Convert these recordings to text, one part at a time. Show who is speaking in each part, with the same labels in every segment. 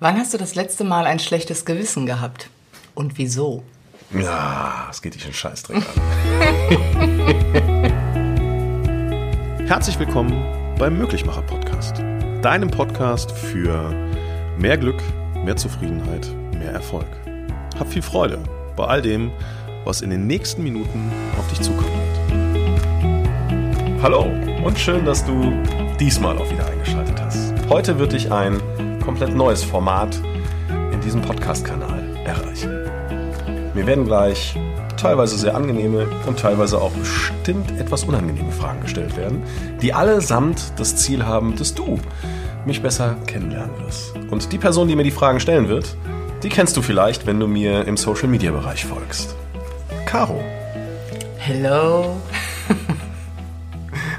Speaker 1: Wann hast du das letzte Mal ein schlechtes Gewissen gehabt? Und wieso?
Speaker 2: Ja, es geht dich einen Scheißdreck an. Herzlich willkommen beim Möglichmacher Podcast. Deinem Podcast für mehr Glück, mehr Zufriedenheit, mehr Erfolg. Hab viel Freude bei all dem, was in den nächsten Minuten auf dich zukommt. Hallo und schön, dass du diesmal auch wieder eingeschaltet hast. Heute wird dich ein komplett neues Format in diesem Podcast-Kanal erreichen. Mir werden gleich teilweise sehr angenehme und teilweise auch bestimmt etwas unangenehme Fragen gestellt werden, die allesamt das Ziel haben, dass du mich besser kennenlernen wirst. Und die Person, die mir die Fragen stellen wird, die kennst du vielleicht, wenn du mir im Social-Media-Bereich folgst. Caro.
Speaker 1: Hello.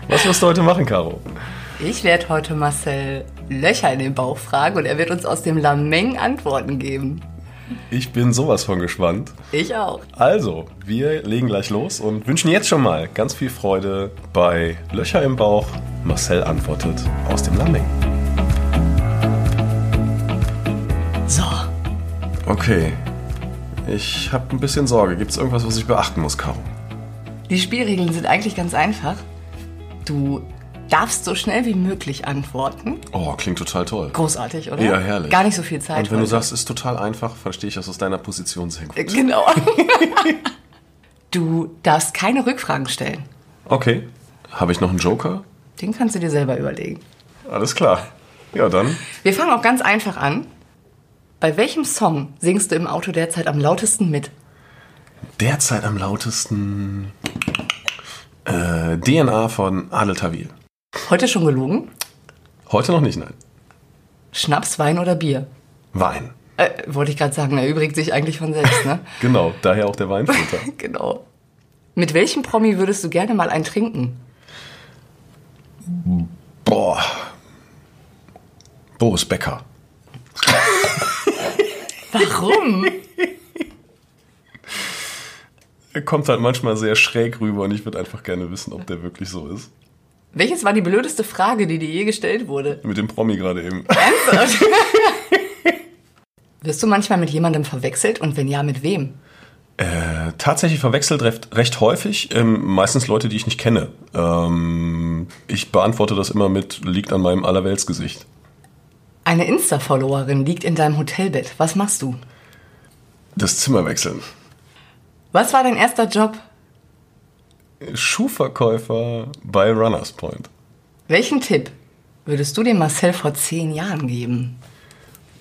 Speaker 2: Was wirst du heute machen, Caro?
Speaker 1: Ich werde heute Marcel Löcher in den Bauch fragen und er wird uns aus dem Lameng Antworten geben.
Speaker 2: Ich bin sowas von gespannt.
Speaker 1: Ich auch.
Speaker 2: Also, wir legen gleich los und wünschen jetzt schon mal ganz viel Freude bei Löcher im Bauch. Marcel antwortet aus dem Lameng.
Speaker 1: So.
Speaker 2: Okay. Ich habe ein bisschen Sorge. Gibt es irgendwas, was ich beachten muss, Caro?
Speaker 1: Die Spielregeln sind eigentlich ganz einfach. Du darfst so schnell wie möglich antworten.
Speaker 2: Oh, klingt total toll.
Speaker 1: Großartig, oder?
Speaker 2: Ja, herrlich.
Speaker 1: Gar nicht so viel Zeit.
Speaker 2: Und wenn heute. du sagst, ist total einfach, verstehe ich das aus deiner Position sehr gut.
Speaker 1: Genau. du darfst keine Rückfragen stellen.
Speaker 2: Okay. Habe ich noch einen Joker?
Speaker 1: Den kannst du dir selber überlegen.
Speaker 2: Alles klar. Ja, dann.
Speaker 1: Wir fangen auch ganz einfach an. Bei welchem Song singst du im Auto derzeit am lautesten mit?
Speaker 2: Derzeit am lautesten. Äh, DNA von Adel Tawil.
Speaker 1: Heute schon gelogen?
Speaker 2: Heute noch nicht, nein.
Speaker 1: Schnaps, Wein oder Bier?
Speaker 2: Wein.
Speaker 1: Äh, wollte ich gerade sagen, erübrigt sich eigentlich von selbst, ne?
Speaker 2: genau, daher auch der Weinfilter.
Speaker 1: genau. Mit welchem Promi würdest du gerne mal einen trinken?
Speaker 2: Boah. Boris Becker.
Speaker 1: Warum?
Speaker 2: Er kommt halt manchmal sehr schräg rüber und ich würde einfach gerne wissen, ob der wirklich so ist.
Speaker 1: Welches war die blödeste Frage, die dir je gestellt wurde?
Speaker 2: Mit dem Promi gerade eben.
Speaker 1: Ernsthaft? Wirst du manchmal mit jemandem verwechselt und wenn ja, mit wem?
Speaker 2: Äh, tatsächlich verwechselt recht, recht häufig, ähm, meistens Leute, die ich nicht kenne. Ähm, ich beantworte das immer mit, liegt an meinem Allerweltsgesicht.
Speaker 1: Eine Insta-Followerin liegt in deinem Hotelbett. Was machst du?
Speaker 2: Das Zimmer wechseln.
Speaker 1: Was war dein erster Job?
Speaker 2: Schuhverkäufer bei Runners Point.
Speaker 1: Welchen Tipp würdest du dem Marcel vor zehn Jahren geben?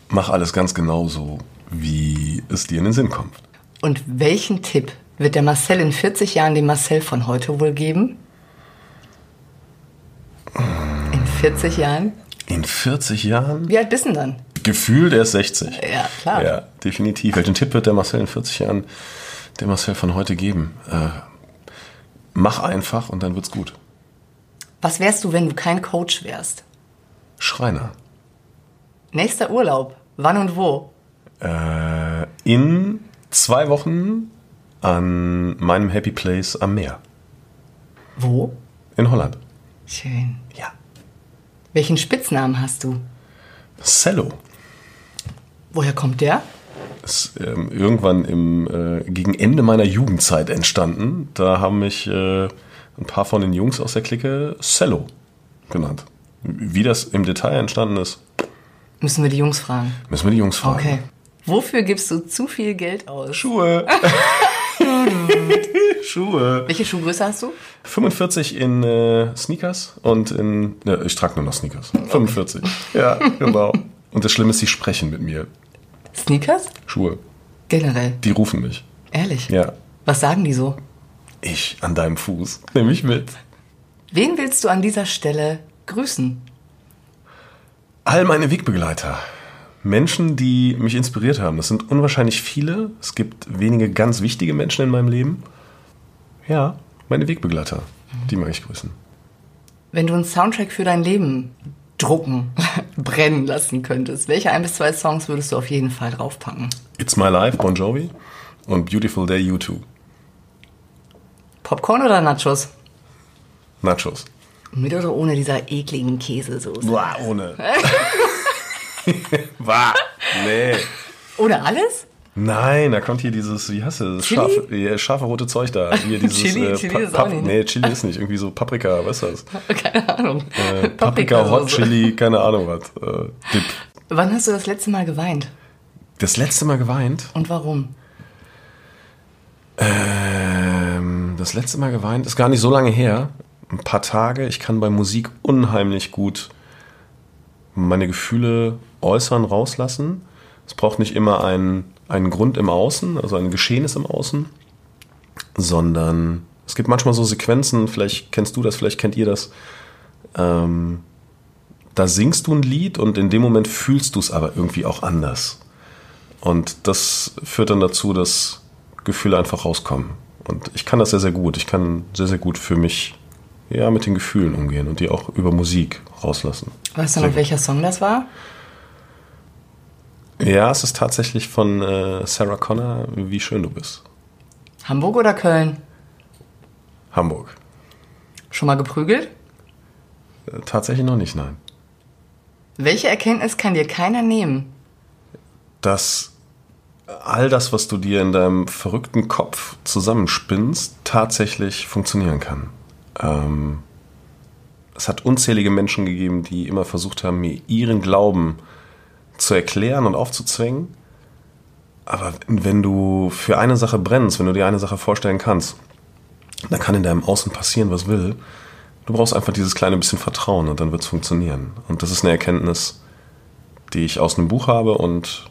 Speaker 2: Mach alles ganz genau so, wie es dir in den Sinn kommt.
Speaker 1: Und welchen Tipp wird der Marcel in 40 Jahren dem Marcel von heute wohl geben? In 40 Jahren?
Speaker 2: In 40 Jahren?
Speaker 1: Wie alt bist du dann?
Speaker 2: Gefühl, der ist 60.
Speaker 1: Ja, klar.
Speaker 2: Ja, definitiv. Welchen Tipp wird der Marcel in 40 Jahren dem Marcel von heute geben? Äh, mach einfach und dann wird's gut.
Speaker 1: Was wärst du, wenn du kein Coach wärst?
Speaker 2: Schreiner.
Speaker 1: Nächster Urlaub. Wann und wo?
Speaker 2: Äh, in zwei Wochen an meinem Happy Place am Meer.
Speaker 1: Wo?
Speaker 2: In Holland.
Speaker 1: Schön.
Speaker 2: Ja.
Speaker 1: Welchen Spitznamen hast du?
Speaker 2: Cello.
Speaker 1: Woher kommt der?
Speaker 2: ist ähm, irgendwann im, äh, gegen Ende meiner Jugendzeit entstanden. Da haben mich äh, ein paar von den Jungs aus der Clique Cello genannt. Wie das im Detail entstanden ist.
Speaker 1: Müssen wir die Jungs fragen.
Speaker 2: Müssen wir die Jungs fragen.
Speaker 1: Okay. Wofür gibst du zu viel Geld aus?
Speaker 2: Schuhe. Schuhe.
Speaker 1: Welche Schuhgröße hast du?
Speaker 2: 45 in äh, Sneakers und in. Ja, ich trage nur noch Sneakers. 45. Ja, genau. Und das Schlimme ist, sie sprechen mit mir.
Speaker 1: Sneakers?
Speaker 2: Schuhe.
Speaker 1: Generell.
Speaker 2: Die rufen mich.
Speaker 1: Ehrlich?
Speaker 2: Ja.
Speaker 1: Was sagen die so?
Speaker 2: Ich an deinem Fuß. Nimm mich mit.
Speaker 1: Wen willst du an dieser Stelle grüßen?
Speaker 2: All meine Wegbegleiter. Menschen, die mich inspiriert haben. Das sind unwahrscheinlich viele. Es gibt wenige ganz wichtige Menschen in meinem Leben. Ja, meine Wegbegleiter. Die mag ich grüßen.
Speaker 1: Wenn du einen Soundtrack für dein Leben drucken, brennen lassen könntest, welche ein bis zwei Songs würdest du auf jeden Fall draufpacken?
Speaker 2: It's My Life, Bon Jovi und Beautiful Day, U2.
Speaker 1: Popcorn oder Nachos?
Speaker 2: Nachos.
Speaker 1: Mit oder ohne dieser ekligen Käsesoße?
Speaker 2: Boah, ohne. Wahr. Nee.
Speaker 1: Oder alles?
Speaker 2: Nein, da kommt hier dieses, wie heißt das?
Speaker 1: Chili?
Speaker 2: Scharfe, ja, scharfe rote Zeug da. Hier dieses,
Speaker 1: Chili?
Speaker 2: äh,
Speaker 1: Chili
Speaker 2: Pa-
Speaker 1: ist auch
Speaker 2: Pap-
Speaker 1: nicht, ne?
Speaker 2: Nee, Chili ist nicht. Irgendwie so Paprika, was ist das?
Speaker 1: Keine Ahnung.
Speaker 2: Äh, Paprika, Hot
Speaker 1: Paprikasauce.
Speaker 2: Chili, keine Ahnung was. Äh, Dip.
Speaker 1: Wann hast du das letzte Mal geweint?
Speaker 2: Das letzte Mal geweint?
Speaker 1: Und warum?
Speaker 2: Ähm, das letzte Mal geweint ist gar nicht so lange her. Ein paar Tage. Ich kann bei Musik unheimlich gut meine Gefühle äußern, rauslassen. Es braucht nicht immer einen, einen Grund im Außen, also ein Geschehenes im Außen, sondern es gibt manchmal so Sequenzen, vielleicht kennst du das, vielleicht kennt ihr das. Ähm, da singst du ein Lied und in dem Moment fühlst du es aber irgendwie auch anders. Und das führt dann dazu, dass Gefühle einfach rauskommen. Und ich kann das sehr, sehr gut. Ich kann sehr, sehr gut für mich ja, mit den Gefühlen umgehen und die auch über Musik rauslassen.
Speaker 1: Weißt du
Speaker 2: Sehr
Speaker 1: noch,
Speaker 2: gut.
Speaker 1: welcher Song das war?
Speaker 2: Ja, es ist tatsächlich von äh, Sarah Connor, wie schön du bist.
Speaker 1: Hamburg oder Köln?
Speaker 2: Hamburg.
Speaker 1: Schon mal geprügelt?
Speaker 2: Äh, tatsächlich noch nicht, nein.
Speaker 1: Welche Erkenntnis kann dir keiner nehmen?
Speaker 2: Dass all das, was du dir in deinem verrückten Kopf zusammenspinnst, tatsächlich funktionieren kann. Ähm, es hat unzählige Menschen gegeben, die immer versucht haben, mir ihren Glauben zu erklären und aufzuzwingen. Aber wenn du für eine Sache brennst, wenn du dir eine Sache vorstellen kannst, dann kann in deinem Außen passieren, was will. Du brauchst einfach dieses kleine bisschen Vertrauen und dann wird es funktionieren. Und das ist eine Erkenntnis, die ich aus einem Buch habe und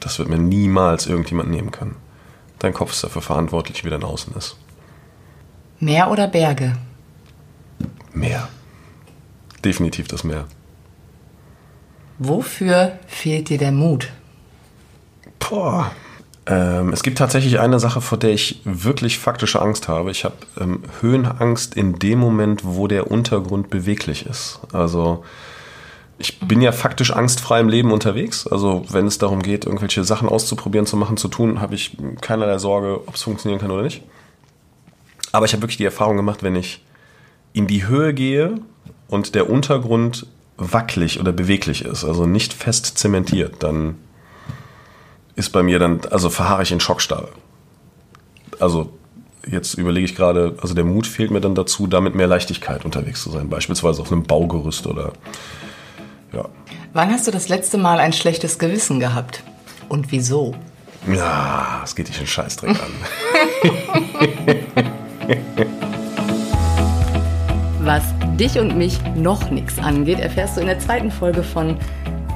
Speaker 2: das wird mir niemals irgendjemand nehmen können. Dein Kopf ist dafür verantwortlich, wie dein Außen ist.
Speaker 1: Meer oder Berge?
Speaker 2: Mehr. Definitiv das Meer.
Speaker 1: Wofür fehlt dir der Mut?
Speaker 2: Boah. Ähm, es gibt tatsächlich eine Sache, vor der ich wirklich faktische Angst habe. Ich habe ähm, Höhenangst in dem Moment, wo der Untergrund beweglich ist. Also ich bin ja faktisch angstfrei im Leben unterwegs. Also wenn es darum geht, irgendwelche Sachen auszuprobieren, zu machen, zu tun, habe ich keinerlei Sorge, ob es funktionieren kann oder nicht. Aber ich habe wirklich die Erfahrung gemacht, wenn ich in die Höhe gehe und der Untergrund wackelig oder beweglich ist, also nicht fest zementiert, dann ist bei mir dann, also verharre ich in Schockstarre. Also jetzt überlege ich gerade, also der Mut fehlt mir dann dazu, da mit mehr Leichtigkeit unterwegs zu sein, beispielsweise auf einem Baugerüst oder ja.
Speaker 1: Wann hast du das letzte Mal ein schlechtes Gewissen gehabt? Und wieso?
Speaker 2: Ja, es geht dich den Scheißdreck an.
Speaker 1: Was dich und mich noch nichts angeht, erfährst du in der zweiten Folge von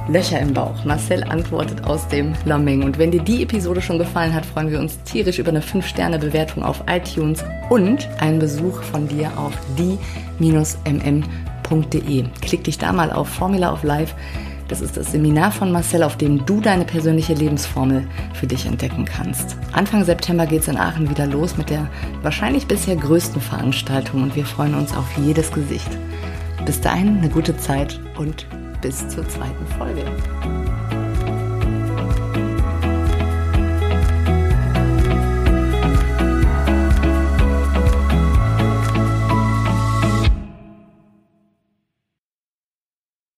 Speaker 1: Löcher im Bauch. Marcel antwortet aus dem Lamming. Und wenn dir die Episode schon gefallen hat, freuen wir uns tierisch über eine 5-Sterne-Bewertung auf iTunes und einen Besuch von dir auf die-mm.de. Klick dich da mal auf Formula of Life. Das ist das Seminar von Marcel, auf dem du deine persönliche Lebensformel für dich entdecken kannst. Anfang September geht es in Aachen wieder los mit der wahrscheinlich bisher größten Veranstaltung und wir freuen uns auf jedes Gesicht. Bis dahin eine gute Zeit und bis zur zweiten Folge.